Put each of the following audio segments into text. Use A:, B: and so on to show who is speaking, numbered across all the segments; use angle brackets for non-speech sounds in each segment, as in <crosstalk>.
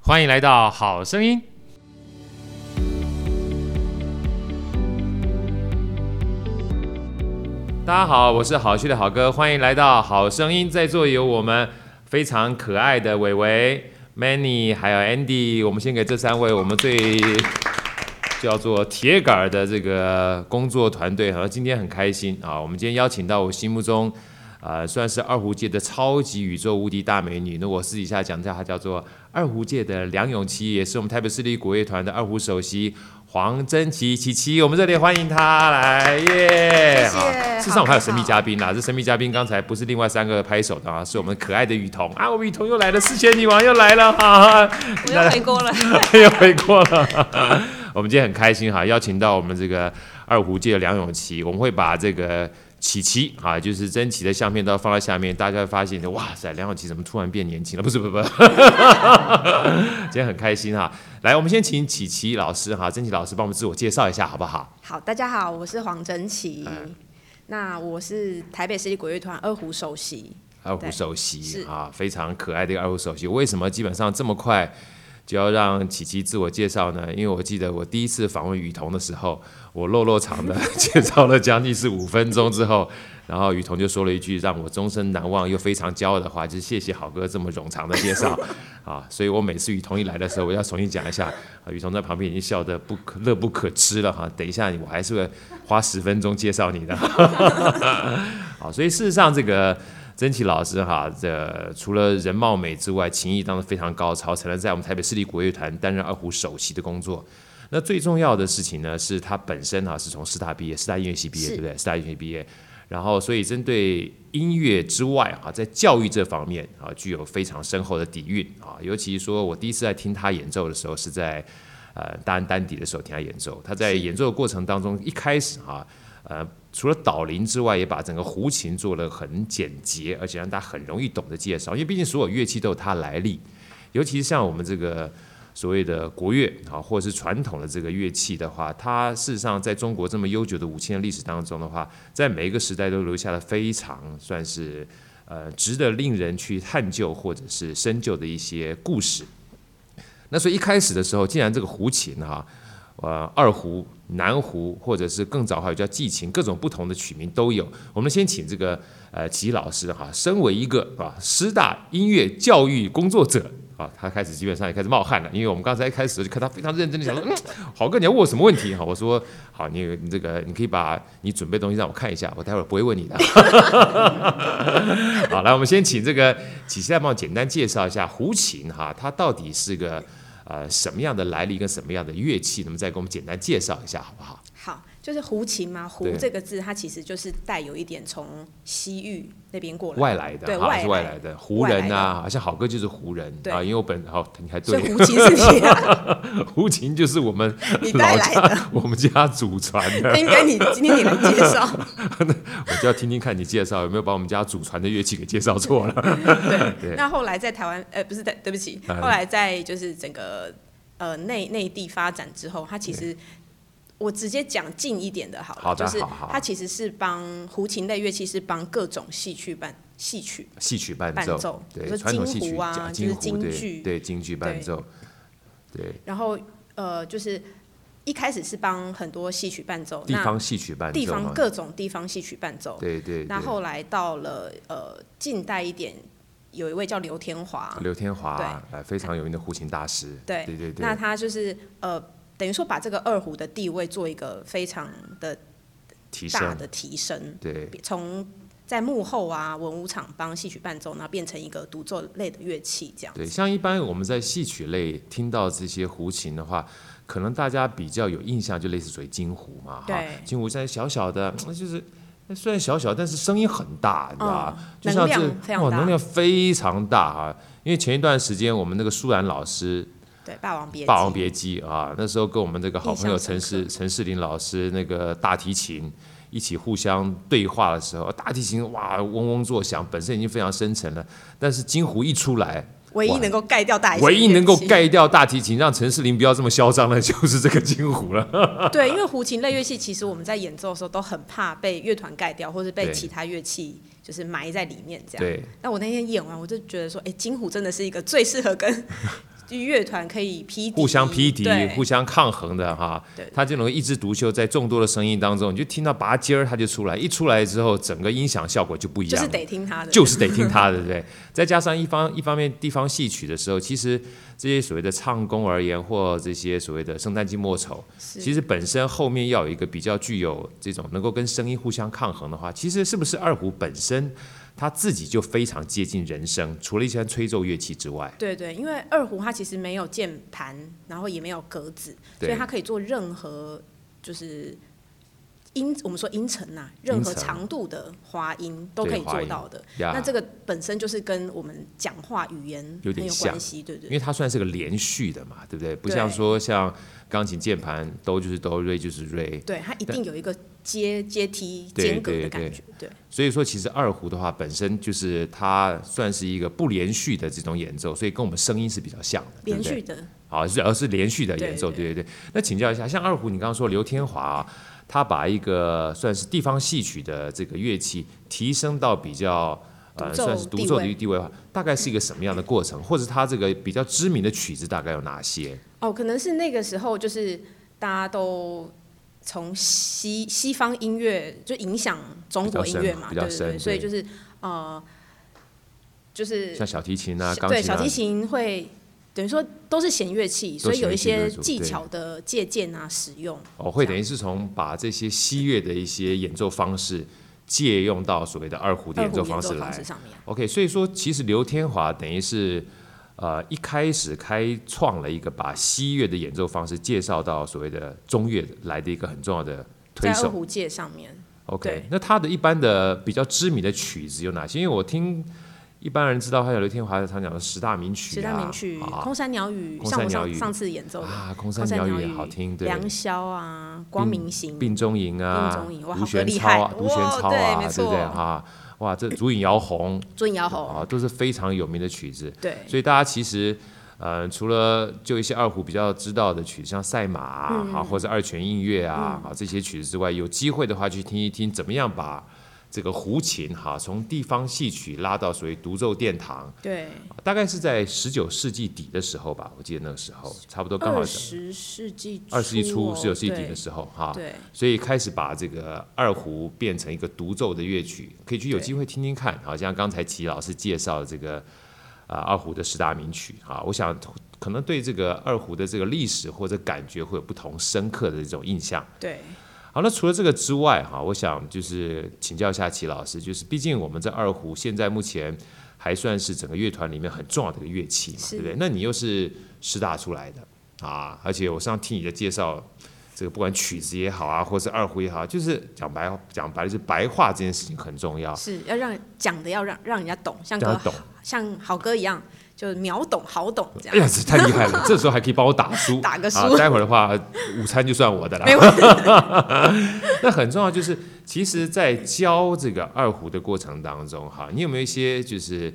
A: 欢迎来到《好声音》。大家好，我是好趣的好哥，欢迎来到《好声音》。在座有我们非常可爱的伟伟、Manny，还有 Andy。我们先给这三位我们最叫做铁杆儿的这个工作团队，好，今天很开心啊！我们今天邀请到我心目中，呃，算是二胡界的超级宇宙无敌大美女。那我私底下讲一下，她叫做二胡界的梁咏琪，也是我们台北市立国乐团的二胡首席黄真琪琪琪。我们热烈欢迎她来，耶！
B: 谢谢
A: 好事实上，我们还有神秘嘉宾啊啦，这神秘嘉宾刚才不是另外三个拍手的啊，是我们可爱的雨桐啊，我们雨桐又来了，四千女王又来了，哈、哈。
B: 我又回锅了，
A: 又回过了。我们今天很开心哈，邀请到我们这个二胡界的梁咏琪，我们会把这个琪琪啊，就是珍琪的相片都放在下面，大家会发现哇塞，梁咏琪怎么突然变年轻了？不是，不是， <laughs> 不是，今天很开心哈。来，我们先请琪琪老师哈，珍琪老师帮我们自我介绍一下好不好？
B: 好，大家好，我是黄真琪。
A: 哎
B: 那我是台北市立国乐团二胡首席，
A: 二胡
B: 对
A: 首席
B: 是
A: 啊，非常可爱的一个二胡首席。为什么基本上这么快就要让琪琪自我介绍呢？因为我记得我第一次访问雨桐的时候，我落落场的 <laughs> 介绍了将近是五分钟之后，然后雨桐就说了一句让我终身难忘又非常骄傲的话，就是谢谢好哥这么冗长的介绍
B: <laughs>
A: 啊。所以我每次雨桐一来的时候，我要重新讲一下。啊雨桐在旁边已经笑得不可乐不可支了哈、等一下我还是会花十分钟介绍你的。好，啊所以事实上这个。曾琦老师哈，这除了人貌美之外，情谊当然非常高超，才能在我们台北市立国乐团担任二胡首席的工作。那最重要的事情呢，是他本身哈是从师大毕业，师大音乐系毕业，
B: 是
A: 对不对？师大音乐系毕业，然后所以针对音乐之外哈，在教育这方面啊，具有非常深厚的底蕴啊。尤其说我第一次在听他演奏的时候，是在呃大安丹迪的时候听他演奏。他在演奏的过程当中，一开始哈、呃，除了导聆之外，也把整个胡琴做了很简洁，而且让大家很容易懂的介绍。因为毕竟所有乐器都有它的来历，尤其是像我们这个所谓的国乐啊，或者是传统的这个乐器的话，它事实上在中国这么悠久的五千年历史当中的话，在每一个时代都留下了非常算是呃值得令人去探究或者是深究的一些故事。那所以一开始的时候，既然这个胡琴哈、呃二胡、南胡，或者是更早还有叫季琴，各种不同的曲名都有。我们先请这个呃齐老师哈、身为一个啊师大音乐教育工作者。啊，他开始基本上也开始冒汗了，因为我们刚才一开始就看他非常认真的想说，嗯，好哥，你要问我什么问题哈？我说好，你你这个你可以把你准备的东西让我看一下，我待会儿不会问你的。好，来，我们先请这个启西来帮我简单介绍一下胡琴哈，它到底是个呃什么样的来历跟什么样的乐器，那么再给我们简单介绍一下好不好？
B: 好，就是胡琴嘛，胡
A: 对
B: 这个字它其实就是带有一点从西域那边过来，
A: 外来的
B: 对
A: 哈，
B: 外
A: 是外
B: 来
A: 来的湖
B: 外来
A: 人啊，好像好哥就是湖人
B: 对
A: 啊，因为我本好、你还
B: 所
A: 对
B: 以，胡琴是你、啊、
A: <laughs> 胡琴就是我们
B: <laughs> 你带
A: 老
B: 来的，
A: <laughs> 家我们家祖传的， <laughs>
B: 那应该你今天你来介绍，
A: 我就要听听看你介绍有没有把我们家祖传的乐器给介绍错了。 <laughs> 对
B: 对，那后来在台湾，呃，不是在，对不起，
A: 嗯
B: 后来在就是整个呃内内地发展之后，它其实我直接讲近一点的好了，
A: 好的
B: 就是
A: 好好
B: 它其实是帮胡琴类乐器是帮各种戏曲伴戏曲
A: <laughs> 戏曲伴
B: 伴
A: 奏，
B: 奏比
A: 对
B: 如说
A: 传统戏
B: 京
A: 曲
B: 胡啊
A: 讲
B: 就是
A: 京胡
B: 京
A: 对
B: 剧
A: 对京剧伴
B: 对
A: 奏，对
B: 然后呃，就是一开始是帮很多戏曲伴奏，
A: 地
B: 那
A: 方戏曲伴奏
B: 地
A: 嘛
B: 方各种地方戏曲伴奏。
A: 对对，
B: 那
A: 对
B: 后来到了呃近代一点，有一位叫刘天华，
A: 刘天华
B: 对
A: 呃非常有名的胡琴大师，
B: 对
A: 对对
B: 那
A: 对，
B: 他就是呃等于说把这个二胡的地位做一个非常的
A: 提
B: 大
A: 升
B: 的提升，
A: 对
B: 从在幕后啊文武场帮戏曲伴奏，然后变成一个独奏类的乐器这样。
A: 对，像一般我们在戏曲类听到这些胡琴的话，可能大家比较有印象，就类似属于京胡嘛，哈
B: 对，
A: 京胡现在小小的，嗯就是。虽然小小，但是声音很大，你知道吧？就像
B: 嗯
A: 这
B: 能量非常
A: 哇，
B: 大
A: 能量非常大啊！因为前一段时间我们那个舒然老师
B: 对，霸王别
A: 《霸王
B: 姬
A: 别姬》啊，那时候跟我们这个好朋友
B: 印
A: 陈
B: 象深
A: 世陈世林老师那个大提琴一起互相对话的时候，大提琴哇嗡嗡作响，本身已经非常深沉了，但是金胡一出来，
B: 唯一
A: 哇
B: 能够盖掉大提琴
A: 唯一能够
B: 乐器
A: 盖掉大提琴，让陈世林不要这么嚣张的， <laughs> 就是这个金胡了。
B: 对，因为胡琴类乐器，其实我们在演奏的时候都很怕被乐团盖掉，或是被
A: 对
B: 其他乐器就是埋在里面这样。
A: 对，
B: 那我那天演完，我就觉得说，哎、金虎真的是一个最适合跟 <laughs> 乐团可以匹敌，
A: 互相匹敌、
B: 对
A: 互相抗衡的哈
B: 对。
A: 它这种一枝独秀，在众多的声音当中，你就听到拔尖儿，它就出来。一出来之后，整个音响效果就不一
B: 就
A: 样
B: 是
A: 了。
B: 得听他的，
A: 就是得听他的，对不 <laughs> 对？再加上一方一方面地方戏曲的时候，其实这些所谓的唱功而言，或这些所谓的圣诞寂寞丑，
B: 是
A: 其实本身后面要有一个比较具有这种能够跟声音互相抗衡的话，其实是不是二胡本身它自己就非常接近人声，除了一些吹奏乐器之外，
B: 对对，因为二胡它其实没有键盘，然后也没有格子，所
A: 对
B: 以它可以做任何就是音，我们说音程呐、任
A: 音
B: 何
A: 程
B: 长度的滑音都
A: 对
B: 可以
A: 滑
B: 做
A: 音
B: 到的。
A: 呀
B: 那这个本身就是跟我们讲话语言
A: 有
B: 很
A: 点
B: 有
A: 像
B: 关系，对对
A: 因为它算是个连续的嘛，对不对？不像
B: 对
A: 说像钢琴键盘哆就是哆，瑞就是瑞，
B: 对，它一
A: 但
B: 定有一个阶阶梯
A: 对
B: 间隔
A: 对
B: 的感
A: 对
B: 觉，对
A: 所以说，其实二胡的话本身就是它算是一个不连续的这种演奏，所以跟我们声音是比较像的，对
B: 连
A: 不对
B: 续的。
A: 啊，是而是连续的演奏，
B: 对
A: 对对对。那请教一下，像二胡，你刚刚说刘天华、啊，他把一个算是地方戏曲的这个乐器提升到比较呃
B: 独奏
A: 算是独
B: 地
A: 奏
B: 位
A: 的地位的话，大概是一个什么样的过程，或者他这个比较知名的曲子大概有哪些？
B: 哦，可能是那个时候就是大家都从西西方音乐就影响中国音乐嘛，
A: 比较
B: 对
A: 深比
B: 对
A: 较
B: 对，
A: 深
B: 所以
A: 对
B: 就是呃，就是
A: 像小提琴啊、
B: 小
A: 钢
B: 对
A: 琴
B: 小
A: 啊
B: 提，琴会等于说都是弦乐器，所以有一
A: 弦乐
B: 些
A: 器为主
B: 技
A: 对
B: 巧的借鉴啊使用。
A: 哦，会等于是从把这些西乐的一些演奏方式借用到所谓的二胡的
B: 二
A: 演
B: 胡
A: 奏
B: 演
A: 方式
B: 奏
A: 来
B: 方式。上面，
A: OK，所以说其实刘天华等于是，呃，一开始开创了一个把西乐的演奏方式介绍到所谓的中乐来的一个很重要的推
B: 在二
A: 手。
B: 胡界上面，
A: OK，
B: 对
A: 那他的一般的比较知名的曲子有哪些？因为我听一般人知道，还有刘天华常讲的十大名曲、啊、
B: 十大名曲《
A: 啊
B: 空山鸟语》，
A: 空
B: 像我
A: 山鸟
B: 上
A: 语
B: 上次演奏的
A: 啊，空
B: 《空
A: 山
B: 山
A: 鸟
B: 鸟
A: 语
B: 语
A: 也》好听，对，
B: 良宵》啊，《光明行》
A: 病中营啊
B: 病中营，哇
A: 卢玄
B: 好厉
A: 超啊
B: 害，
A: 卢玄
B: 哇
A: 超
B: 对
A: 啊，
B: 没
A: 对不对
B: 错
A: 啊？哇，这竹影摇红
B: 《尊摇
A: 啊
B: 喉，》
A: 都是非常有名的曲子。
B: 对，
A: 所以大家其实，呃，除了就一些二胡比较知道的曲，像赛马啊，
B: 嗯
A: 好或者二泉映月啊，好这些曲子之外，有机会的话去听一听，怎么样把这个胡琴哈，从地方戏曲拉到所谓独奏殿堂，
B: 对，
A: 大概是在十九世纪底的时候吧，我记得那个时候差不多哦刚好
B: 二
A: 是
B: 十世纪
A: 二十世纪初、
B: 哦
A: 十九世纪底
B: 对
A: 的时候啊哈。
B: 对，
A: 所以开始把这个二胡变成一个独奏的乐曲，可以去有
B: 对
A: 机会听听看。好像刚才齐老师介绍的这个啊、呃二胡的十大名曲啊，我想可能对这个二胡的这个历史或者感觉会有不同深刻的这种印象。
B: 对，
A: 好，那除了这个之外哈，我想就是请教一下齐老师，就是毕竟我们这二胡现在目前还算是整个乐团里面很重要的一个乐器嘛，
B: 是
A: 对不对？那你又是师大出来的啊，而且我上听你的介绍，这个不管曲子也好啊，或是二胡也好，就是讲白讲白了，就是白话这件事情很重要，
B: 是要让讲的要让让人家懂，像
A: 让
B: 哥
A: 他啊懂。
B: 像好哥一样，就是秒懂好懂这
A: 哎呀，
B: 样，
A: 这太厉害
B: <laughs>
A: 了！这时候还可以帮我打书，
B: 打个
A: 啊
B: 书
A: 待会儿的话，午餐就算我的了。
B: 没问题。
A: <laughs> 那很重要，就是其实，在教这个二胡的过程当中，哈，你有没有一些就是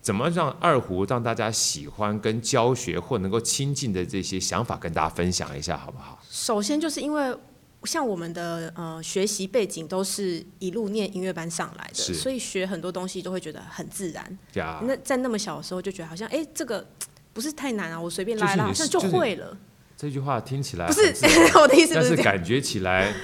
A: 怎么让二胡让大家喜欢跟教学或能够亲近的这些想法，跟大家分享一下，好不好？
B: 首先就是因为像我们的呃学习背景都是一路念音乐班上来的，
A: 是啊
B: 所以学很多东西都会觉得很自然。
A: 这样
B: 那在那么小的时候就觉得好像哎、这个不是太难啊，我随便
A: 就是
B: 拉一拉
A: 你
B: 好像
A: 就
B: 就是会了。
A: 这句话听起来
B: 不
A: 很
B: 是
A: 自然
B: <laughs> 我的意思不
A: 但是
B: 这样。
A: 感觉起来，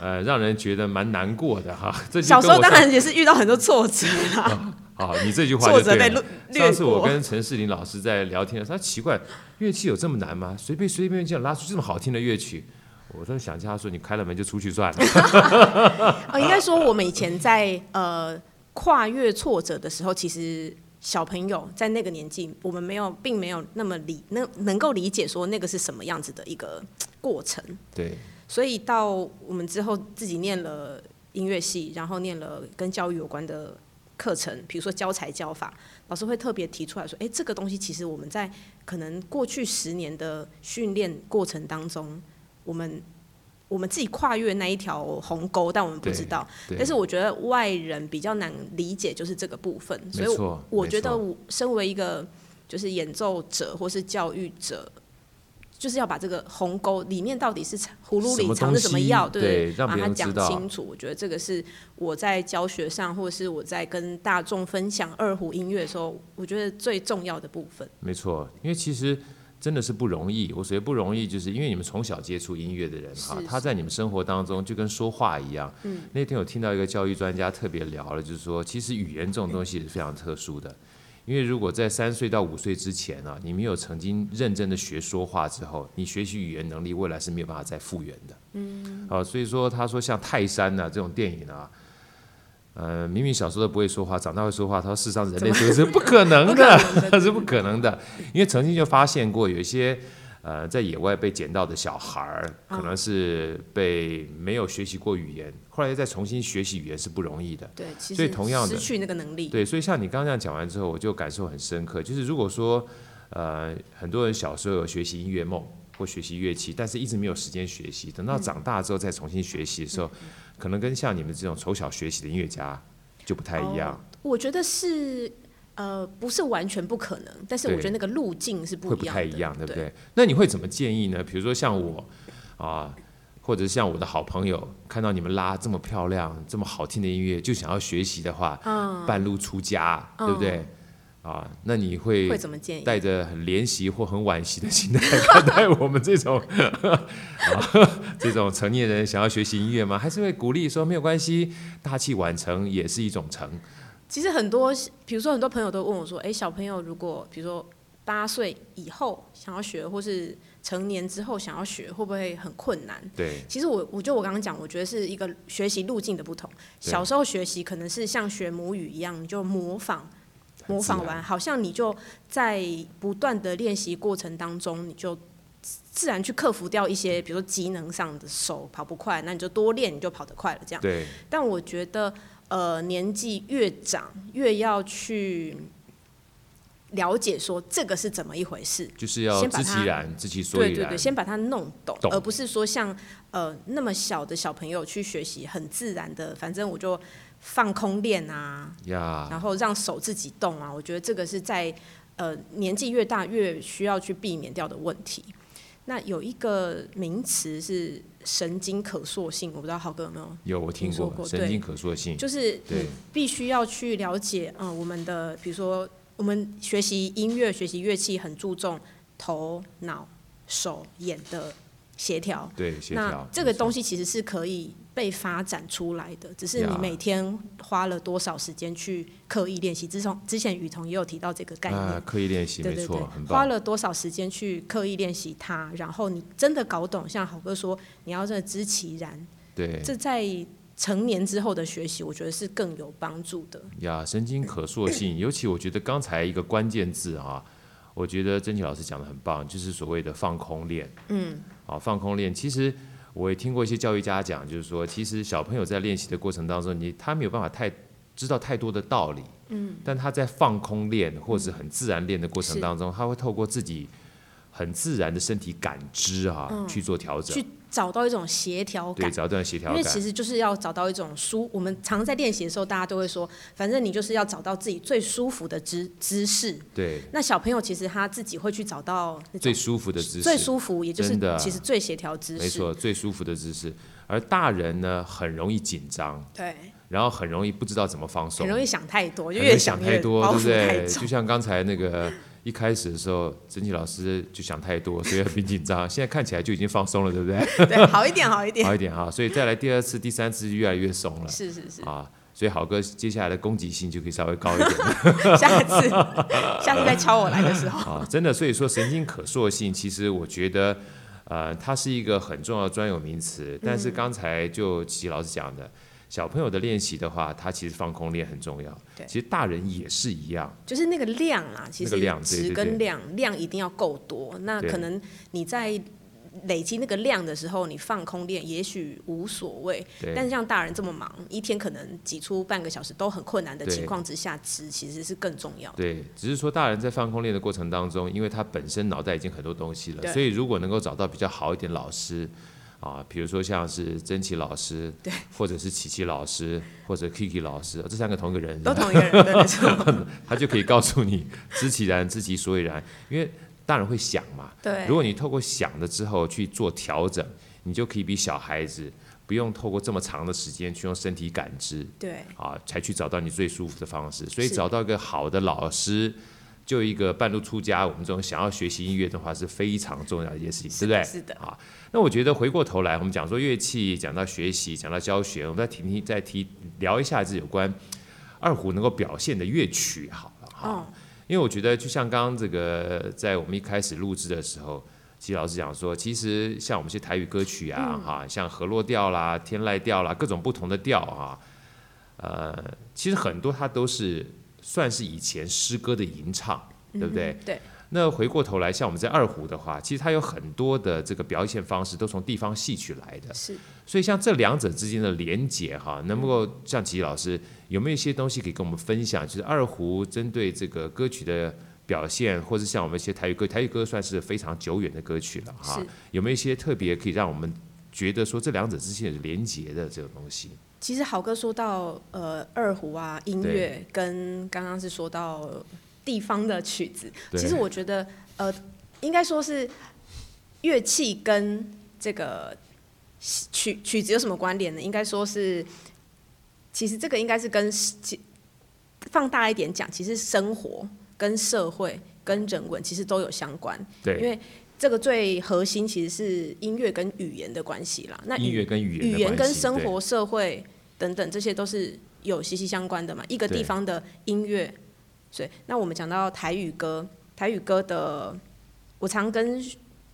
A: 呃，让人觉得蛮难过的哈。这就
B: 小时候
A: 跟我
B: 当
A: 上
B: 然也是遇到很多挫折
A: <laughs>
B: 啊，
A: 啊，你这句话
B: 挫
A: 就
B: 折
A: 对
B: 被
A: 了
B: 略。
A: 上
B: 略
A: 次我
B: 过。
A: 跟陈世林老师在聊天的时候，他哎奇怪，乐器有这么难吗？随便随便这样拉出这么好听的乐曲，我在想起他说，你开了门就出去算
B: <laughs>
A: 了。
B: 呃，应该说我们以前在呃跨越挫折的时候，其实小朋友在那个年纪，我们没有并没有那么理那能够理解说那个是什么样子的一个过程，
A: 对，
B: 所以到我们之后自己念了音乐系，然后念了跟教育有关的。课程，比如说教材教法，老师会特别提出来说，哎诶，这个东西其实我们在可能过去十年的训练过程当中，我们我们自己跨越那一条鸿沟，但我们不
A: 对
B: 知道。
A: 对
B: 但是我觉得外人比较难理解就是这个部分，所
A: 没
B: 以我
A: 错，
B: 我
A: 没
B: 觉得
A: 错
B: 我身为一个就是演奏者或是教育者，就是要把这个鸿沟里面到底是藏葫芦
A: 什
B: 里
A: 么
B: 藏
A: 东
B: 着什么
A: 西
B: 药，对不
A: 对让
B: 把
A: 别
B: 它
A: 人
B: 讲
A: 知道
B: 清楚。我觉得这个是我在教学上，或者是我在跟大众分享二胡音乐的时候，我觉得最重要的部分。
A: 没错，因为其实真的是不容易。我所谓不容易，就是因为你们从小接触音乐的人哈
B: 是，
A: 他在你们生活当中就跟说话一样。
B: 嗯，
A: 那天我听到一个教育专家特别聊了，就是说，其实语言这种东西是非常特殊的。因为如果在三岁到五岁之前啊，你没有曾经认真的学说话之后，你学习语言能力未来是没有办法再复原的。嗯，啊，所以说他说像泰山呐、这种电影啊，呃，明明小时候都不会说话，长大会说话，他说事实上人类这个是不 <laughs> 可能的，是不可能的，因为曾经就发现过有一些。呃，在野外被捡到的小孩儿，可能是被没有学习过语言，后来再重新学习语言是不容易的。
B: 对，其
A: 所以
B: 实
A: 同样的
B: 失去那个能力，
A: 对，所以像你刚刚这样讲完之后，我就感受很深刻。就是如果说，呃，很多人小时候有学习音乐梦或学习乐器，但是一直没有时间学习，等
B: 嗯
A: 到长大之后再重新学习的时候，可能跟像你们这种从小学习的音乐家就不太一样。
B: 哦我觉得是呃不是完全不可能，但是我
A: 对
B: 觉得那个路径是
A: 会
B: 不
A: 不
B: 一样
A: 太
B: 的，
A: 一样，对不
B: 对？
A: 对？那你会怎么建议呢？比如说像我啊，或者像我的好朋友，看到你们拉这么漂亮、这么好听的音乐，就想要学习的话，
B: 嗯
A: 半路出家，对不对？啊，那你会
B: 会怎么建议？
A: 带着很怜惜或很惋惜的心态看待我们这种 <laughs> 啊这种成年人想要学习音乐吗？还是会鼓励说没有关系，大器晚成也是一种成。
B: 其实很多，比如说很多朋友都问我说：“哎，小朋友如果比如说八岁以后想要学，或是成年之后想要学，会不会很困难
A: 对？”
B: 其实我，我就我刚刚讲，我觉得是一个学习路径的不同。小时候学习可能是像学母语一样，你就模仿，模仿
A: 自然
B: 完，好像你就在不断的练习过程当中，你就自自然去克服掉一些，比如说机能上的手跑不快，那你就多练，你就跑得快了，这样。
A: 对，
B: 但我觉得，呃，年纪越长，越要去了解说这个是怎么一回事。
A: 就是要
B: 先把
A: 知其
B: 它
A: 然，知其所以
B: 对
A: 然。
B: 对对，先把它弄懂，
A: 懂
B: 而不是说像呃那么小的小朋友去学习，很自然的，反正我就放空练啊，
A: 呀
B: 然后让手自己动啊。我觉得这个是在呃年纪越大越需要去避免掉的问题。那有一个名词是神经可塑性，我不知道浩哥有没有
A: 有我听
B: 听说
A: 过
B: 过
A: 神
B: 对
A: 经可塑性，
B: 就是
A: 对
B: 你必须要去了解，嗯、我们的比如说我们学习音乐、学习乐器很注重头脑、手、眼的协调。
A: 对协
B: 那
A: 调
B: 这个
A: 没错
B: 东西其实是可以被发展出来的，只是你
A: 呀
B: 每天花了多少时间去刻意练习。自从之前雨桐也有提到这个概念，
A: 啊，刻意练习
B: 对
A: 没
B: 对
A: 错，
B: 对
A: 很，
B: 花
A: 棒，
B: 了多少时间去刻意练习它，然后你真的搞懂，像好哥说，你要真的知其然，
A: 对
B: 这在成年之后的学习，我觉得是更有帮助的。
A: 呀，神经可塑性， <coughs> 尤其我觉得刚才一个关键字啊，我觉得曾奇老师讲的很棒，就是所谓的放空练，嗯，啊，放空练，其实。我也听过一些教育家讲，就是说，其实小朋友在练习的过程当中，你他没有办法太知道太多的道理，嗯，但他在放空练或者很自然练的过程
B: 嗯是
A: 当中，他会透过自己很自然的身体感知啊、去做调整，
B: 嗯去找到一种协调
A: 对，
B: 感。
A: 只要这样协调
B: 因
A: 感
B: 为，其实就是要找到一种舒，我们常在练习的时候，大家都会说，反正你就是要找到自己最舒服的姿姿势。
A: 对，
B: 那小朋友其实他自己会去找到那
A: 最
B: 种
A: 舒服的姿势，
B: 最舒服，也就是
A: 真的
B: 其实最协调姿势。
A: 没，错，最舒服的姿势。而大人呢，很容易紧张，
B: 对，
A: 然后很容易不知道怎么放松，
B: 很容易想太多，就
A: 很容易
B: 越
A: 想
B: 越
A: 太多，
B: 包
A: 对不
B: 袱太
A: 对？就
B: 重。
A: 像刚才那个一开始的时候，曾奇老师就想太多，所以很紧张。 <laughs> 现在看起来就已经放松了，对不
B: <laughs>
A: 对？
B: 对，好一点，好一点。
A: <laughs> 好一点啊，所以再来第二次、第三次就越来越松了
B: 是是是，
A: 啊。所以好哥接下来的攻击性就可以稍微高一点。
B: 下次下次再敲我来的时候，
A: 啊，真的，所以说神经可塑性，其实我觉得，呃，它是一个很重要的专有名词。但
B: 嗯
A: 是刚才就齐老师讲的，小朋友的练习的话，他其实放空练很重要。
B: 对
A: 其实大人也是一样。
B: 就是那个量啦，其
A: 那个
B: 实
A: 量对对
B: 值
A: 对
B: 跟量量一定要够多。那
A: 对
B: 可能你在累积那个量的时候，你放空练也许无所谓，但
A: 对
B: 是像大人这么忙，一天可能挤出半个小时都很困难的
A: 对
B: 情况之下，值其实是更重
A: <laughs>
B: 要的。
A: 对，只是说大人在放空练的过程当中，因为他本身脑袋已经很多东西了，
B: 对
A: 所以如果能够找到比较好一点老师。啊，比如说像是珍奇老师，
B: 对，
A: 或者是琪琪老师，或者 Kiki 老师，这三个同一个人，
B: 都同一个人，对，没错，
A: <laughs> 他就可以告诉你知其然，知其所以然。因为大人会想嘛，
B: 对
A: 如，果你透过想了之后去做调整，你就可以比小孩子不用透过这么长的时间去用身体感知
B: 对，
A: 啊，才去找到你最舒服的方式。所以
B: 是
A: 找到一个好的老师，就一个半路出家，我们这种想要学习音乐的话是非常重要的一件事情，对
B: 是
A: 不对
B: 的，？是的，
A: 那我觉得回过头来，我们讲说乐器，讲到学习，讲到教学，我们再提提再提聊一下子有关二胡能够表现的乐曲好了哈。
B: 哦，
A: 因为我觉得，就像刚刚这个，在我们一开始录制的时候，其实老师讲说，其实像我们一些台语歌曲
B: 嗯
A: 啊，哈、像河洛调啦、天籁调啦，各种不同的调啊，呃，其实很多它都是算是以前诗歌的吟唱，对不对？
B: 嗯对，
A: 那回过头来，像我们在二胡的话，其实它有很多的这个表现方式都从地方戏曲来的，
B: 是。
A: 所以像这两者之间的连结哈，能不能够像齐老师有没有一些东西可以跟我们分享？就是二胡针对这个歌曲的表现，或者像我们一些台语歌，台语歌算是非常久远的歌曲了哈
B: 是，
A: 有没有一些特别可以让我们觉得说这两者之间有连结的这种东西？
B: 其实豪哥说到呃二胡啊音乐，跟刚刚是说到地方的曲子，
A: 对
B: 其实我觉得呃应该说是呃乐器跟这个曲曲子有什么关联呢？应该说是，其实这个应该是跟其放大一点讲，其实生活跟社会跟人文其实都有相关，因
A: 对，
B: 为这个最核心其实是音乐跟语言的关系啦。那
A: 音乐跟语言的
B: 语言
A: 关
B: 跟
A: 系
B: 生
A: 对
B: 活、社会等等，这些都是有息息相关的嘛。一个
A: 对
B: 地方的音乐，所以那我们讲到台语歌，台语歌的，我常跟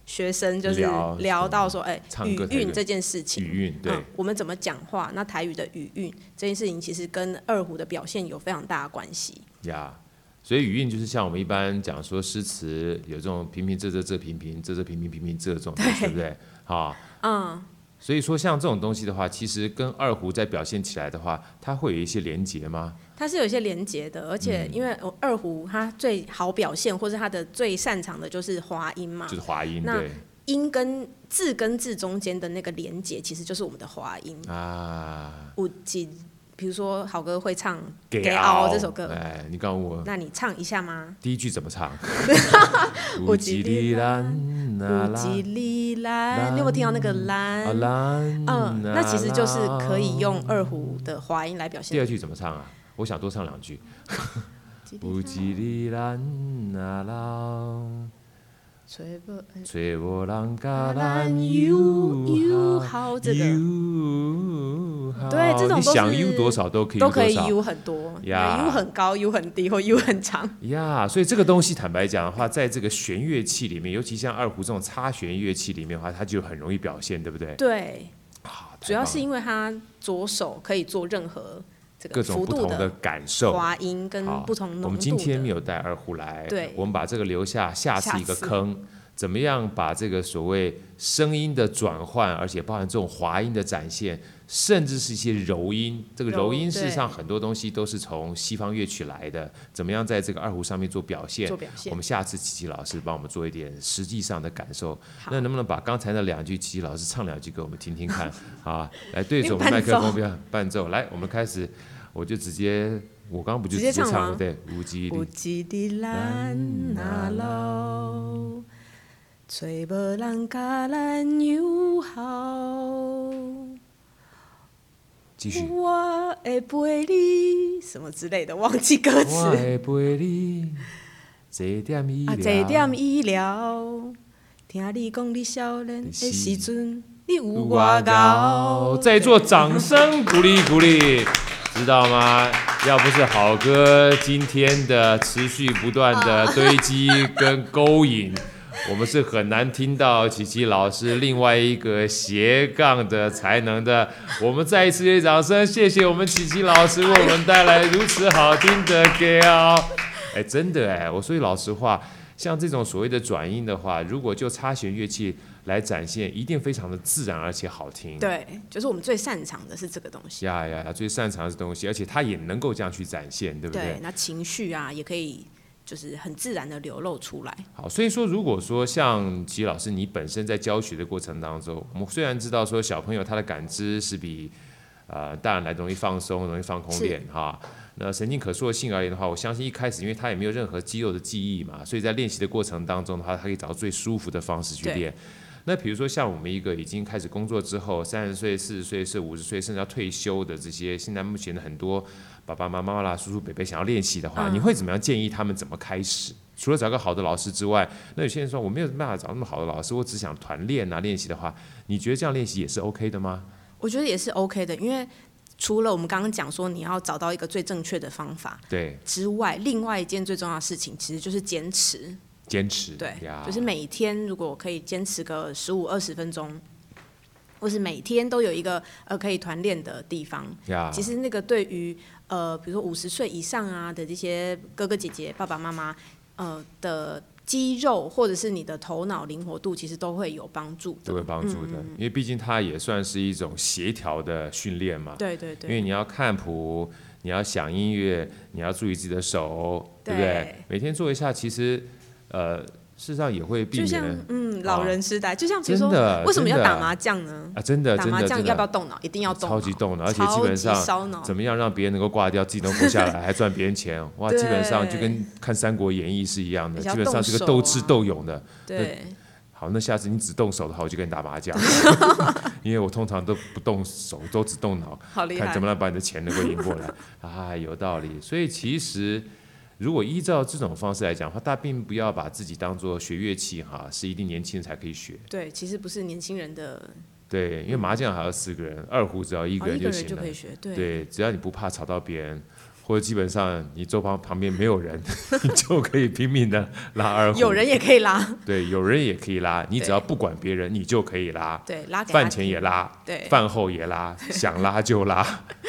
B: 学生就是
A: 聊
B: 聊到说，哎、
A: 唱
B: 语
A: 歌台语
B: 韵这件事情，
A: 语韵对
B: 嗯，我们怎么讲话？那台语的语韵这件事情，其实跟二胡的表现有非常大的关系。
A: 呀。所以语韵就是像我们一般讲说诗词有这种平平仄仄仄平平仄仄平平平平仄这种东西，对
B: 对
A: 不对？啊，
B: 嗯，
A: 所以说，像这种东西的话，其实跟二胡在表现起来的话，它会有一些连结吗？
B: 它是有一些连接的，而且
A: 嗯
B: 因为二胡它最好表现，或是它的最擅长的就是滑音嘛
A: 就，是滑音，
B: 那
A: 对
B: 音跟字跟字中间的那个连接，其实就是我们的滑音。
A: 嗯啊，
B: 五几，比如说好哥会唱《
A: 给
B: 熬
A: 熬》
B: 这首歌，
A: 哎，你告诉我
B: 那你唱一下吗？
A: 第一句怎么
B: <laughs>
A: 唱？
B: 有一
A: 里
B: 个
A: 兰那
B: 五
A: 拉
B: 吉里
A: 啦
B: 兰，你有没有听到那个
A: 啊
B: 兰？
A: 兰，
B: 嗯，那其实就是可以
A: 啦。
B: 用二胡的滑音来表
A: 第二
B: 现。
A: 句怎么唱啊？我想多唱两句。乌吉里兰那拉，
B: 吹不嗯
A: 吹波浪嘎
B: 兰
A: 兰
B: ，you
A: 哟
B: you
A: 哈。
B: 好这个
A: U，好
B: 对这种
A: 你
B: 都
A: 想
B: 是
A: U 多少都可以
B: 都
A: U
B: 可
A: 多
B: 以
A: 少
B: u 很多
A: 呀
B: 对，u 很高，u 很低，或 u 很长。
A: 呀所以这个东西坦白讲的话，在这个弦乐器里面，尤其像二胡这种擦弦乐器里面的话，它就很容易表现，对不对？
B: 对，
A: 啊，太
B: 主要
A: 棒
B: 是
A: 了
B: 因为他左手可以做任何这
A: 各
B: 个
A: 种
B: 幅
A: 不
B: 度
A: 同的
B: 的
A: 感受。
B: 滑音跟
A: 好
B: 不同浓度的。
A: 我们今天没有带二胡来，
B: 对
A: 我们把这个留下下次
B: 下
A: 一个
B: 次
A: 坑。怎么样把这个所谓声音的转换，而且包含这种滑音的展现，甚至是一些柔音。这个柔
B: 柔
A: 音事实
B: 对
A: 上很多东西都是从西方乐曲来的。怎么样在这个二胡上面做表现？
B: 做表现
A: 我们下次琪琪老师帮我们做一点实际上的感受。
B: 好
A: 那能不能把刚才那两句琪琪老师唱两句给我们听听
B: <laughs>
A: 看啊？来对着
B: 用
A: 我们麦
B: 伴
A: 克风
B: 奏
A: 不要伴奏，来我们开始，我就直接，我刚刚不就
B: 直接
A: 唱
B: 唱
A: 了
B: 吗
A: 对，无极
B: 有
A: 里
B: 一日咱若老，找无人甲咱友好，
A: 继续。
B: 我会陪你，什么之类的，忘记歌词。
A: 我会陪你，坐点医疗。
B: 啊，坐点医疗，听你讲你少年的时阵，你有
A: 有
B: 偌
A: 我
B: 高
A: 高，。再做掌声鼓励鼓励，知道吗？要不是好哥今天的持续不断的堆积跟勾引， <laughs> 我们是很难听到琪琪老师另外一个斜杠的才能的。我们再一次给掌声，谢谢我们琪琪老师为我们带来如此好听的歌哦。哎，真的哎，我说句老实话，像这种所谓的转音的话，如果就插弦乐器来展现，一定非常的自然而且好听。
B: 对，就是我们最擅长的是这个东西。
A: 呀呀呀，最擅长的东西，而且他也能够这样去展现，对不对？
B: 对，那情绪啊，也可以就是很自然的流露出来。
A: 好，所以说，如果说像齐老师，你本身在教学的过程当中，我们虽然知道说小朋友他的感知是比呃大人来容易放松、容易放空
B: 是
A: 点哈。那神经可塑性而言的话，我相信一开始因为他也没有任何肌肉的记忆嘛，所以在练习的过程当中的话，他可以找到最舒服的方式去
B: 对
A: 练。那比如说像我们一个已经开始工作之后，三十岁、四十岁、是五十岁，甚至要退休的这些，现在目前的很多爸爸妈妈啦、叔叔伯伯想要练习的话，
B: 嗯
A: 你会怎么样建议他们怎么开始？除了找个好的老师之外，那有些人说我没有办法找那么好的老师，我只想团练啊练习的话，你觉得这样练习也是 OK 的吗？
B: 我觉得也是 OK 的，因为除了我们刚刚讲说你要找到一个最正确的方法
A: 对，
B: 之外，另外一件最重要的事情其实就是坚持。
A: 坚持，
B: 对
A: 呀，
B: 就是每天如果我可以坚持个十五二十分钟，或是每天都有一个呃可以团练的地方，
A: 呀，
B: 其实那个对于呃，比如说五十岁以上啊的这些哥哥姐姐、爸爸妈妈，呃的肌肉或者是你的头脑灵活度，其实都会有帮助
A: 都会
B: 的。
A: 帮助的，
B: 嗯
A: 因为毕竟它也算是一种协调的训练嘛。
B: 对对
A: 因
B: 对，
A: 为你要看谱，你要想音乐，你要注意自己的手，对不
B: 对
A: 对？每天做一下，其实呃，事实上也会避
B: 就像
A: 免啊
B: 嗯老人痴呆，就像比
A: 真
B: 如说
A: 的
B: 为什么要
A: 真的
B: 打麻将呢？
A: 啊，真的
B: 打
A: 真
B: 麻
A: 的
B: 将
A: 真
B: 要不要
A: 的
B: 动脑？一定要动脑，
A: 超级动的，而且
B: 超
A: 基本
B: 级
A: 上
B: 烧脑。
A: 怎么样让别人能够挂掉，自己能活下来，还赚别人钱，哇，
B: <laughs>
A: 基本上就
B: 对
A: 跟看《三国演义》是一样的，
B: 而且
A: 基
B: 要
A: 本上是个
B: 动手
A: 斗
B: 啊
A: 智斗勇的。
B: 对，
A: 好，那下次你只动手的话，我就跟你打麻
B: <laughs>
A: 将，因为我通常都不动手，都只动脑。
B: 好厉
A: 看
B: 害
A: 怎。么样把你的钱能够赢过来啊，有道理。所以其实如果依照这种方式来讲的话，大家并不要把自己当做学乐器哈，是一定年轻人才可以学。
B: 对，其实不是年轻人的，
A: 对，因为麻将还要四个人，二胡只要一
B: 哦一
A: 个人就
B: 人
A: 行
B: 就
A: 了
B: 可。以学。对，
A: 对，只要你不怕吵到别人，或者基本上你周旁旁边没有人， <laughs> 你就可以拼命的拉二胡。
B: 有人也可以拉，
A: 对，有人也可以拉，你只
B: 对
A: 要不管别人，你就可以拉。
B: 对，拉给他
A: 饭前也拉，
B: 对，
A: 饭后也拉，想拉就拉，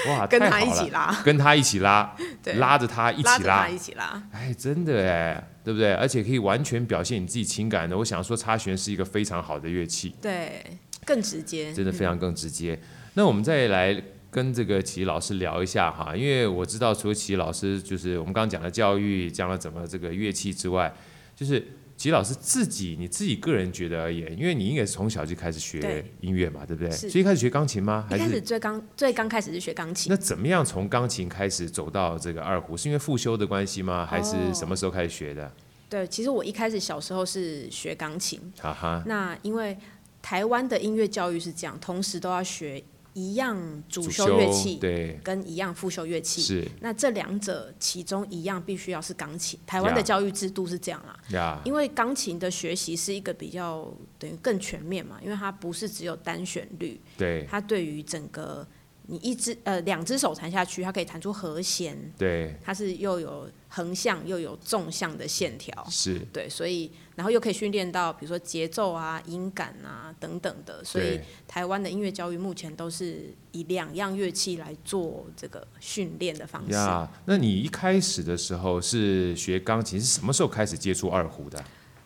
A: 哇，
B: <laughs> 跟
A: 太
B: 他
A: 好
B: 一
A: 了
B: 起拉，
A: 跟他一起拉，
B: 对，
A: 拉着他一
B: 拉
A: 起
B: 着
A: 拉
B: 他，一起拉，
A: 哎，真的哎，对不对？而且可以完全表现你自己情感的。我想说，擦弦是一个非常好的乐器，
B: 对，更直接，
A: 真的非常更直接。那我们再来跟这个齐老师聊一下哈，因为我知道除了齐老师，就是我们刚刚讲的教育，讲了怎么这个乐器之外，就是。齐老师自己，你自己个人觉得而言，因为你应该是从小就开始学
B: 对
A: 音乐嘛，对不对？
B: 是
A: 所以一开始学钢琴吗？
B: 一
A: 还
B: 开
A: 是
B: 始最刚最刚开始是学钢琴
A: 那，怎么样从钢琴开始走到这个二胡？是因为复修的关系吗？还
B: 哦
A: 是什么时候开始学的？
B: 对，其实我一开始小时候是学钢琴，
A: 哈啊哈，
B: 那因为台湾的音乐教育是这样，同时都要学一样主
A: 主
B: 修乐器
A: 对，
B: 跟一样副修乐器。
A: 是
B: 那这两者其中一样必须要是钢琴，台湾的
A: 呀
B: 教育制度是这样啦。
A: 呀，
B: 因为钢琴的学习是一个比较等于更全面嘛，因为它不是只有单旋律，
A: 对
B: 它对于整个你一只呃两只手弹下去，它可以弹出和弦，
A: 对
B: 它是又有横向又有纵向的线条，
A: 是，
B: 对，所以然后又可以训练到比如说节奏啊、音感啊等等的，所以
A: 对
B: 台湾的音乐教育目前都是以两样乐器来做这个训练的方式。
A: 呀。那你一开始的时候是学钢琴，是什么时候开始接触二胡的？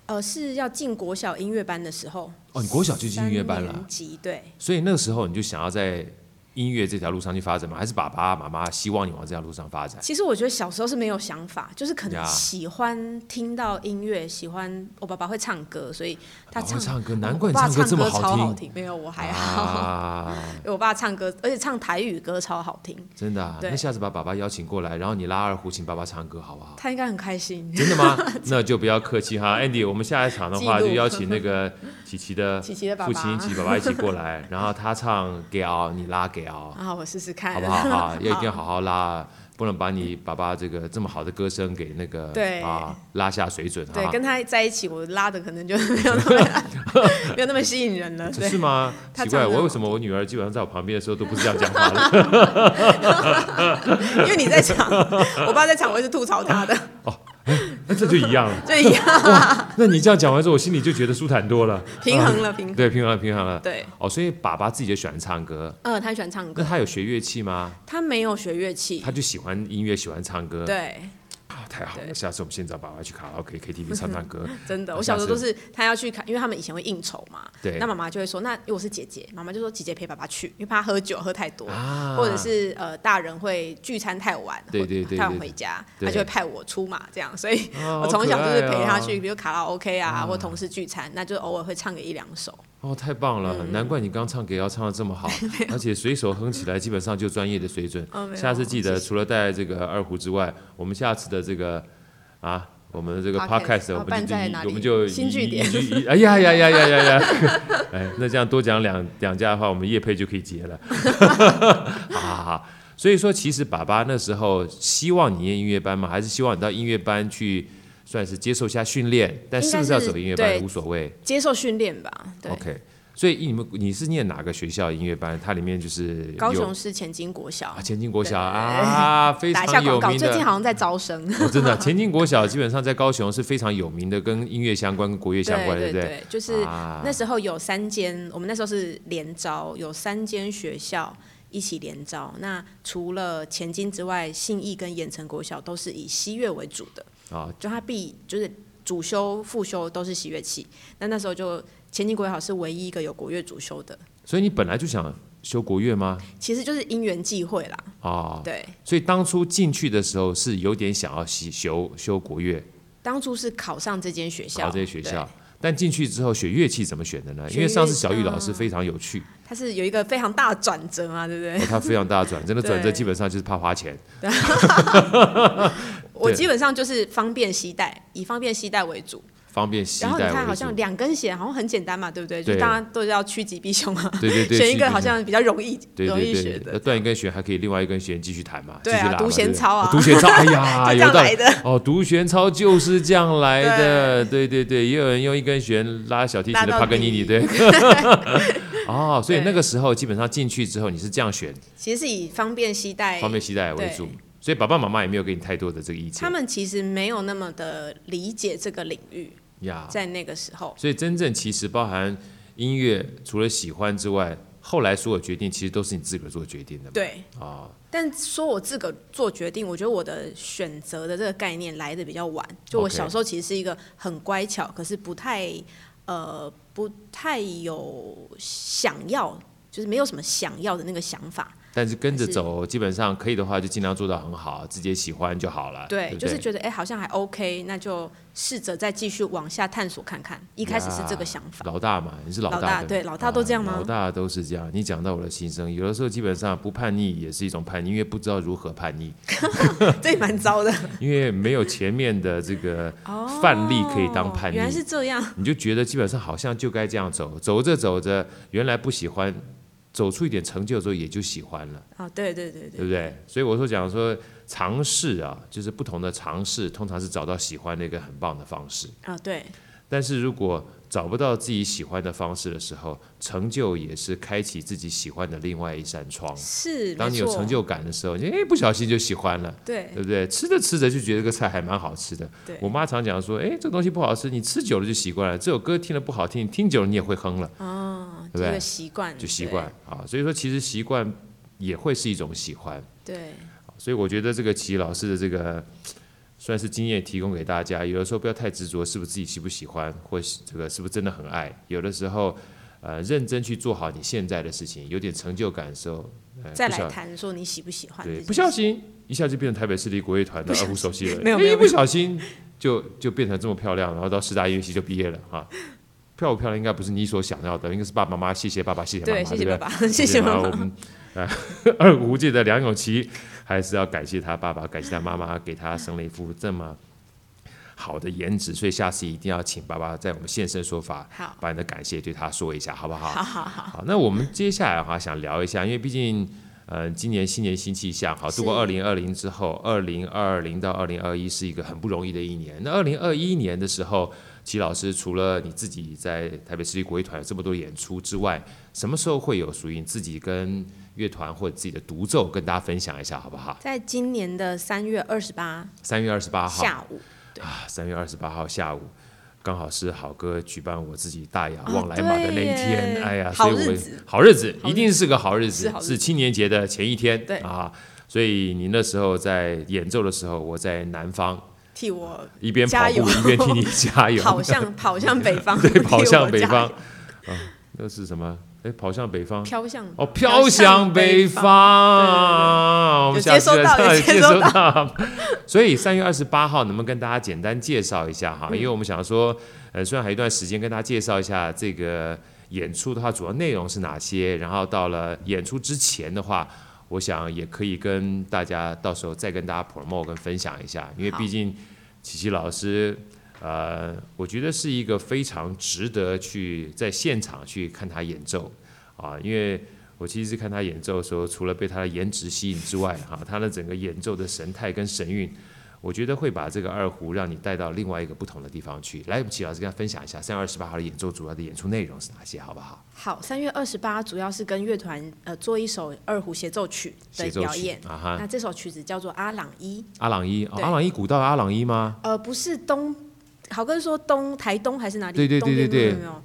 B: 呃，是要进国小音乐班的时候，
A: 哦，你国小就进音乐班
B: 三年
A: 了，
B: 级对。
A: 所以那个时候你就想要在音乐这条路上去发展吗？还是爸爸妈妈希望你往这条路上发展？
B: 其实我觉得小时候是没有想法，就是可
A: 呀
B: 能喜欢听到音乐，喜欢我爸爸会唱歌，所以他
A: 爸爸哦
B: 唱
A: 会唱歌，难怪你
B: 我爸
A: 唱
B: 唱
A: 这么
B: 超好
A: 听，
B: 听。没有，我还好，
A: 啊，
B: <laughs> 因为我爸唱歌，而且唱台语歌超好听，
A: 真的啊。
B: 对
A: 那下次把爸爸邀请过来，然后你拉二胡，请爸爸唱歌好不好？
B: 他应该很开心。
A: 真的
B: <laughs>
A: 吗？那就不要客气哈，Andy，我们下一场的话
B: 记
A: 就
B: 录
A: 邀请那个琪琪的
B: <laughs> 琪琪的爸
A: 父
B: 爸
A: 亲琪琪爸爸一起过来，然后他唱 g a 你拉 g a 好
B: 啊，我试试看，
A: 不好
B: <laughs>
A: 哈？要一定要好好拉，不能把你爸爸这个这么好的歌声给那个
B: 对
A: 啊拉下水准
B: 对，
A: 哈。
B: 跟他在一起，我拉的可能就 <laughs> 没有那么
A: <laughs>
B: 没有那么吸引人了。
A: 这
B: 对
A: 是，吗？
B: <laughs> 他
A: 奇怪，
B: 唱得
A: 我为
B: 好
A: 什么我女儿基本上在我旁边的时候都不是这样讲话的？ <laughs>
B: 因为你在场，我爸在场，我一直吐槽他的，
A: 那这就一样了。
B: 所以
A: 那你这样讲完之后，我心里就觉得舒坦多了，
B: 平衡了，平衡。
A: 对，平衡了，平衡了。
B: 对，
A: 哦，所以爸爸自己就喜欢唱歌，
B: 呃，他喜欢唱
A: 那
B: 歌，
A: 他有学乐器吗？
B: 他没有学乐器
A: 他，就喜欢音乐，喜欢唱歌。
B: 对。
A: 啊，太好了！
B: 对
A: 下次我们现在爸爸去卡拉 OK、KTV 唱唱歌。
B: 真的，
A: 那
B: 我小时候
A: 下
B: 都
A: 次
B: 是他要去看，因为他们以前会应酬嘛。
A: 对
B: 那妈妈就会说，那因为我是姐姐，妈妈就说姐姐陪爸爸去，因为怕他喝酒喝太多，
A: 啊
B: 或者是呃大人会聚餐太晚，
A: 对
B: 或
A: 对对
B: 太
A: 对
B: 晚
A: 对
B: 回家，
A: 对
B: 他就会派我出马这样。所以
A: 啊
B: <laughs> 我从小就是陪
A: 好
B: 他。
A: 可爱
B: 去，比如卡拉 OK 啊，或同事聚餐，那就偶尔会唱个一两首。
A: 哦，哦太棒了！
B: 嗯
A: 难怪你刚唱给要唱的这么
B: <laughs>
A: 好，而且随手哼起来基本上就专业的水准。
B: 哦没有
A: 下次记得
B: 谢
A: 除了带这个二胡之外，我们下次的这个啊。我们的这个
B: Podcast，
A: podcast，
B: 啊
A: 我们
B: 办
A: 就
B: 在哪里
A: 我们就
B: 新据点
A: 一，一 <laughs> 一哎呀呀呀呀呀 <laughs> 呀！哎，那这样多讲两两家的话，我们业配就可以结了。 <laughs> 好好好，所以说其实爸爸那时候希望你念音乐班吗？还是希望你到音乐班去算是接受一下训练？但是不是要走音乐
B: 应该
A: 班
B: 是
A: 无所谓。
B: 接受训练吧。对
A: OK，所以你们你是念哪个学校音乐班？它里面就是
B: 高
A: 有
B: 雄市前进国小
A: 啊，，前进国小
B: 对
A: 啊，非
B: 打一下
A: 常有
B: 广告，
A: 名
B: 最近
A: 的。
B: 好像在招生，
A: 哦、真的啊，前进国小基本上在高雄是非常有名的，跟音乐相关、跟国乐相关的，
B: 对
A: 不对？
B: 对，就是
A: 啊
B: 那时候有三间，我们那时候是联招，有三间学校一起联招。那除了前金之外，信义跟盐城国小都是以西乐为主的，
A: 啊，
B: 就它必就是主修、副修都是西乐器。那那时候就前金国小是唯一一个有国乐主修的，
A: 所以你本来就想修国乐吗？
B: 其实就是因缘际会啦。
A: 啊，
B: 对，
A: 所以当初进去的时候是有点想要修修修国乐，
B: 当初是考上这间学校，
A: 考这些学
B: 对
A: 校。但进去之后学乐器怎么选的呢？
B: 学
A: 因为上次
B: 乐啊
A: 小玉老师非常有趣，
B: 它是有一个非常大的转折嘛，对不对？
A: 哦他非常大的转折，真的转折
B: 对
A: 基本上就是怕花钱。
B: 我基本上就是方便携带，以方便携带为主。
A: 方便携
B: 然后你
A: 带
B: 看，好
A: 为主
B: 像，两根弦好像很简单嘛，对不对？就
A: 对
B: 大家都要趋吉避凶啊，
A: 对对对，
B: <laughs> 选一
A: 基本
B: 个好像比较容易
A: 对
B: 容易
A: 对
B: 学
A: 对，要
B: 的。
A: 断一根弦还可以另外一根弦继续弹嘛，继续
B: 对啊
A: 拉嘛
B: 独弦
A: 对不对
B: 操啊
A: 独弦操，哎
B: 就
A: 呀，
B: <laughs> 这
A: 有
B: 样
A: 道理
B: 来的
A: 哦，独弦操就是这样来的，对对对，也有人用一根弦拉小提琴
B: 拉
A: 的
B: 到
A: 帕格尼尼，
B: 底 <laughs>
A: 对， <laughs> 哦，所以
B: 对
A: 那个时候基本上进去之后你是这样选，
B: 其实是以方便携带，
A: 方便携带为主
B: 哎对，
A: 所以爸爸妈妈也没有给你太多的这个意见
B: 他们其实没有那么的理解这个领域，
A: 呀，
B: 在那个时候，
A: 所以真正其实包含音乐除了喜欢之外，后来所有决定其实都是你自个儿做决定的嘛，
B: 对。
A: 啊，
B: 但说我自个儿做决定，我觉得我的选择的这个概念来的比较晚。就我
A: OK
B: 小时候其实是一个很乖巧，可是不太呃不太有想要，就是没有什么想要的那个想法。
A: 但是跟着
B: 还是
A: 走，基本上可以的话就尽量做到很好，自己也喜欢就好了。
B: 对，
A: 不
B: 就是
A: 对
B: 觉得哎、诶好像还 OK，那就试着再继续往下探索看看。一开始是这个
A: 呀
B: 想法，
A: 老大嘛，你是老
B: 老大
A: 对不
B: 对老大都这样吗
A: 啊老大都是这样。你讲到我的心声，有的时候基本上不叛逆也是一种叛逆，因为不知道如何叛
B: <laughs>
A: 逆，
B: 这也蛮糟的。
A: 因为没有前面的这个范例可以 <laughs> 当叛逆，
B: 哦原来是这样，
A: 你就觉得基本上好像就该这样走，走着走着，原来不喜欢，走出一点成就之后也就喜欢了。
B: 啊，对对对
A: 对
B: 对，
A: 不对？所以我说讲说尝试啊，就是不同的尝试，通常是找到喜欢的一个很棒的方式。
B: 啊对，
A: 但是如果找不到自己喜欢的方式的时候，成就也是开启自己喜欢的另外一扇窗。
B: 是
A: 当你有成，就感的时候，你哎不小心就喜欢了，
B: 没错对
A: 对不对？吃着吃着就觉得这个菜还蛮好吃的。
B: 对
A: 我妈常讲说，哎，这个东西不好吃，你吃久了就习惯了。这首歌听了不好听，你听久了你也会哼了，
B: 啊，
A: 对不
B: 这
A: 对
B: 个习惯
A: 就习惯，
B: 嗯
A: 啊。所以说，其实习惯也会是一种喜欢。
B: 对对
A: 所以我觉得这个齐老师的这个算是经验提供给大家，有的时候不要太执着是不是自己喜不喜欢，或是这个是不是真的很爱，有的时候。呃，认真去做好你现在的事情，有点成就感的时候，呃、
B: 再
A: 不
B: 来
A: 小
B: 谈说你喜不喜欢这
A: 对，
B: 件事，
A: 不小心一下就变成台北市立国乐团的二胡首席了，
B: 没有
A: 哎
B: 没有
A: 不小心就就变成这么漂亮，然后到师大音乐系就毕业了哈。漂不漂亮应该不是你所想要的，应该是爸爸妈妈，谢谢爸爸，谢谢妈妈，
B: 对，谢谢
A: 不对
B: 爸爸， <laughs> 谢谢妈
A: 我
B: 妈，
A: 们呃 <laughs> 二胡界的梁咏琪，还是要感谢他爸爸，感谢他妈妈，给他生了一副这么好的颜值，所以下次一定要请爸爸在我们现身说法，
B: 好，
A: 把你的感谢对他说一下，好不好？
B: 好好好，
A: 好，那我们接下来的话想聊一下，因为毕竟。呃，今年新年新气象，好，度过二
B: 是
A: 零二零之后，二零二零到二零二一是一个很不容易的一年。那二零二一年的时候，齐老师除了你自己在台北市立国乐团有这么多演出之外，什么时候会有属于你自己跟乐团或者自己的独奏跟大家分享一下，好不好？
B: 在今年的三月二十八
A: 三月二十八号
B: 下午，
A: 啊，三月二十八号下午，刚好是好哥举办我自己大雅
B: 啊
A: 望来马的那一天，
B: 对
A: 哎呀，所
B: 好
A: 以我好
B: 日子
A: 日子
B: 好日子
A: 一定是个好日子
B: 是好，日子
A: 是青年节的前一天，
B: 对
A: 啊，所以你那时候在演奏的时候，我在南方
B: 替我
A: 一边跑
B: 加油
A: 步一边替你加油， <laughs>
B: 跑向跑向北方，
A: 对，
B: <laughs> 替
A: 跑
B: 我
A: 向北
B: 加
A: 方啊
B: 油，
A: 那是什么？哎，跑向北方。
B: 飘向
A: 哦，飘向北方，我们
B: 有
A: 下
B: 接
A: 次
B: 收到
A: 再
B: 有接
A: 接
B: 收
A: 收到。 <laughs> 所以三月二十八号，能不能跟大家简单介绍一下哈？
B: 嗯
A: 因为我们想说，呃，虽然还有一段时间，跟大家介绍一下这个演出的话，主要内容是哪些。然后到了演出之前的话，我想也可以跟大家到时候再跟大家 promote 跟分享一下，因为
B: 好
A: 毕竟。琪琪老师，呃，我觉得是一个非常值得去在现场去看他演奏啊，因为我其实是看他演奏的时候，除了被他的颜值吸引之外，哈、他的整个演奏的神态跟神韵，我觉得会把这个二胡让你带到另外一个不同的地方去。来，我们齐老师跟他分享一下三月二十八号的演奏主要的演出内容是哪些，好不好？
B: 好，三月二十八主要是跟乐团呃做一首二胡协奏曲的
A: 协奏
B: 表
A: 曲
B: 演。
A: 啊哈，
B: 那这首曲子叫做《阿朗伊》，
A: 阿朗伊，哦、
B: 对
A: 阿朗伊古道的阿朗伊吗？
B: 呃，不是东，豪哥说东台东还是哪里？
A: 对对
B: 东边
A: 对对
B: 没有没有，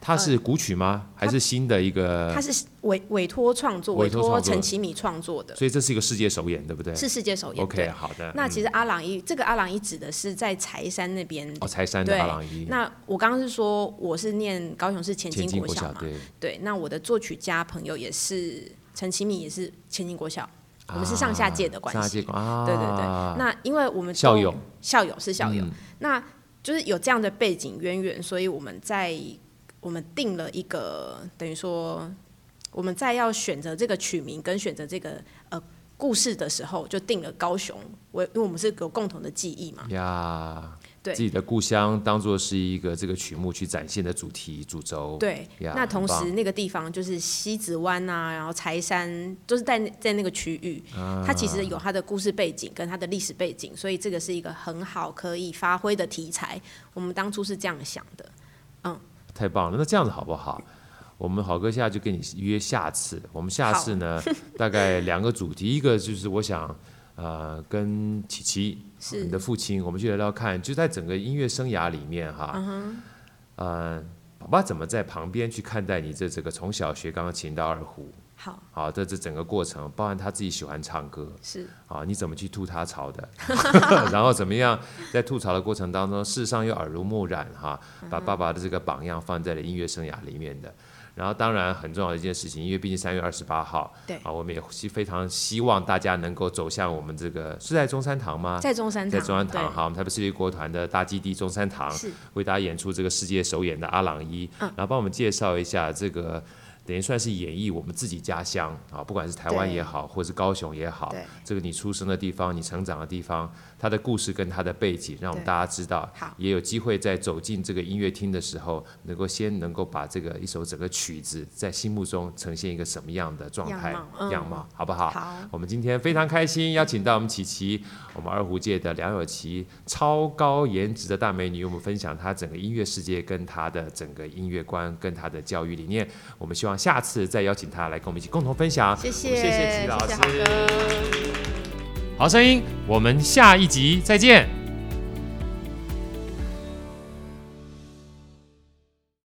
A: 它是古曲吗？还是新的一个
B: 呃他？是委委托创作，
A: 嗯委
B: 委
A: 托创
B: 托
A: 作
B: 陈其米创作的，
A: 所以这是一个世界首演，对不对？
B: 是世界首演。
A: OK，
B: 对
A: 好的。
B: 那
A: 嗯
B: 其实阿朗伊这个阿朗伊指的是在柴山那边。
A: 哦，柴山的阿
B: 对
A: 朗伊，
B: 那我刚刚是说我是念高雄市前
A: 前
B: 金
A: 进
B: 国
A: 校
B: 嘛，
A: 对，
B: 对。那我的作曲家朋友也是陈其米，也是前金国小，我们是
A: 啊
B: 上下届的关
A: 上下
B: 系
A: 届啊，
B: 对对对。那因为我们都
A: 校友，
B: 校友是校友，
A: 嗯
B: 那就是有这样的背景渊源，所以我们在我们定了一个等于说我们在要选择这个曲名跟选择这个呃故事的时候，就定了高雄，我因为我们是有共同的记忆嘛，
A: 呀，
B: 对
A: 自己的故乡当做是一个这个曲目去展现的主题主轴，
B: 对。
A: 呀，
B: 那同
A: 很棒
B: 时，那个地方就是西子湾啊，然后柴山，就是在那在那个区域，
A: 啊
B: 它其实有它的故事背景跟它的历史背景，所以这个是一个很好可以发挥的题材。我们当初是这样想的，
A: 太棒了，那这样子好不好？我们好哥现在就跟你约下次。我们下次呢， <laughs> 大概两个主题，一个就是我想，呃，跟琪琪，
B: 是
A: 你的父亲，我们去聊聊看，就在整个音乐生涯里面哈，
B: 嗯
A: 呃，爸爸怎么在旁边去看待你这这个从小学钢琴到二胡，
B: 好
A: 好，这这整个过程，包含他自己喜欢唱歌，
B: 是。
A: 啊，你怎么去吐他槽 <laughs> 的？然后怎么样在吐槽的过程当中，事实上又耳濡目染哈、把爸爸的这个榜样放在了音乐生涯里面的。然后当然很重要的一件事情，因为毕竟三月二十八号，
B: 对
A: 啊，我们也希非常希望大家能够走向我们这个是在中山堂吗？
B: 在中山堂，
A: 在中山堂
B: 对
A: 哈，我们台北市立国团的大基地中山堂
B: 是
A: 为大家演出这个世界首演的阿朗伊，
B: 嗯
A: 然后帮我们介绍一下这个。等于算是演绎我们自己家乡啊，不管是台湾
B: 对
A: 也好，或是高雄也好
B: 对，
A: 这个你出生的地方、你成长的地方，它的故事跟它的背景，让我们
B: 对
A: 大家知道
B: 好，
A: 也有机会在走进这个音乐厅的时候，能够先能够把这个一首整个曲子在心目中呈现一个什么样的状态
B: 样貌嗯
A: 样貌，好不好？
B: 好
A: 我们今天非常开心，邀请到我们琪琪，我们二胡界的梁咏琪，超高颜值的大美女，我们分享她整个音乐世界跟她的整个音乐观跟她的教育理念。我们希望下次再邀请她来跟我们一起共同分享。
B: 谢谢，
A: 我们谢谢齐老
B: 谢
A: 师。
B: 豪哥
A: 好声音，我们下一集再见。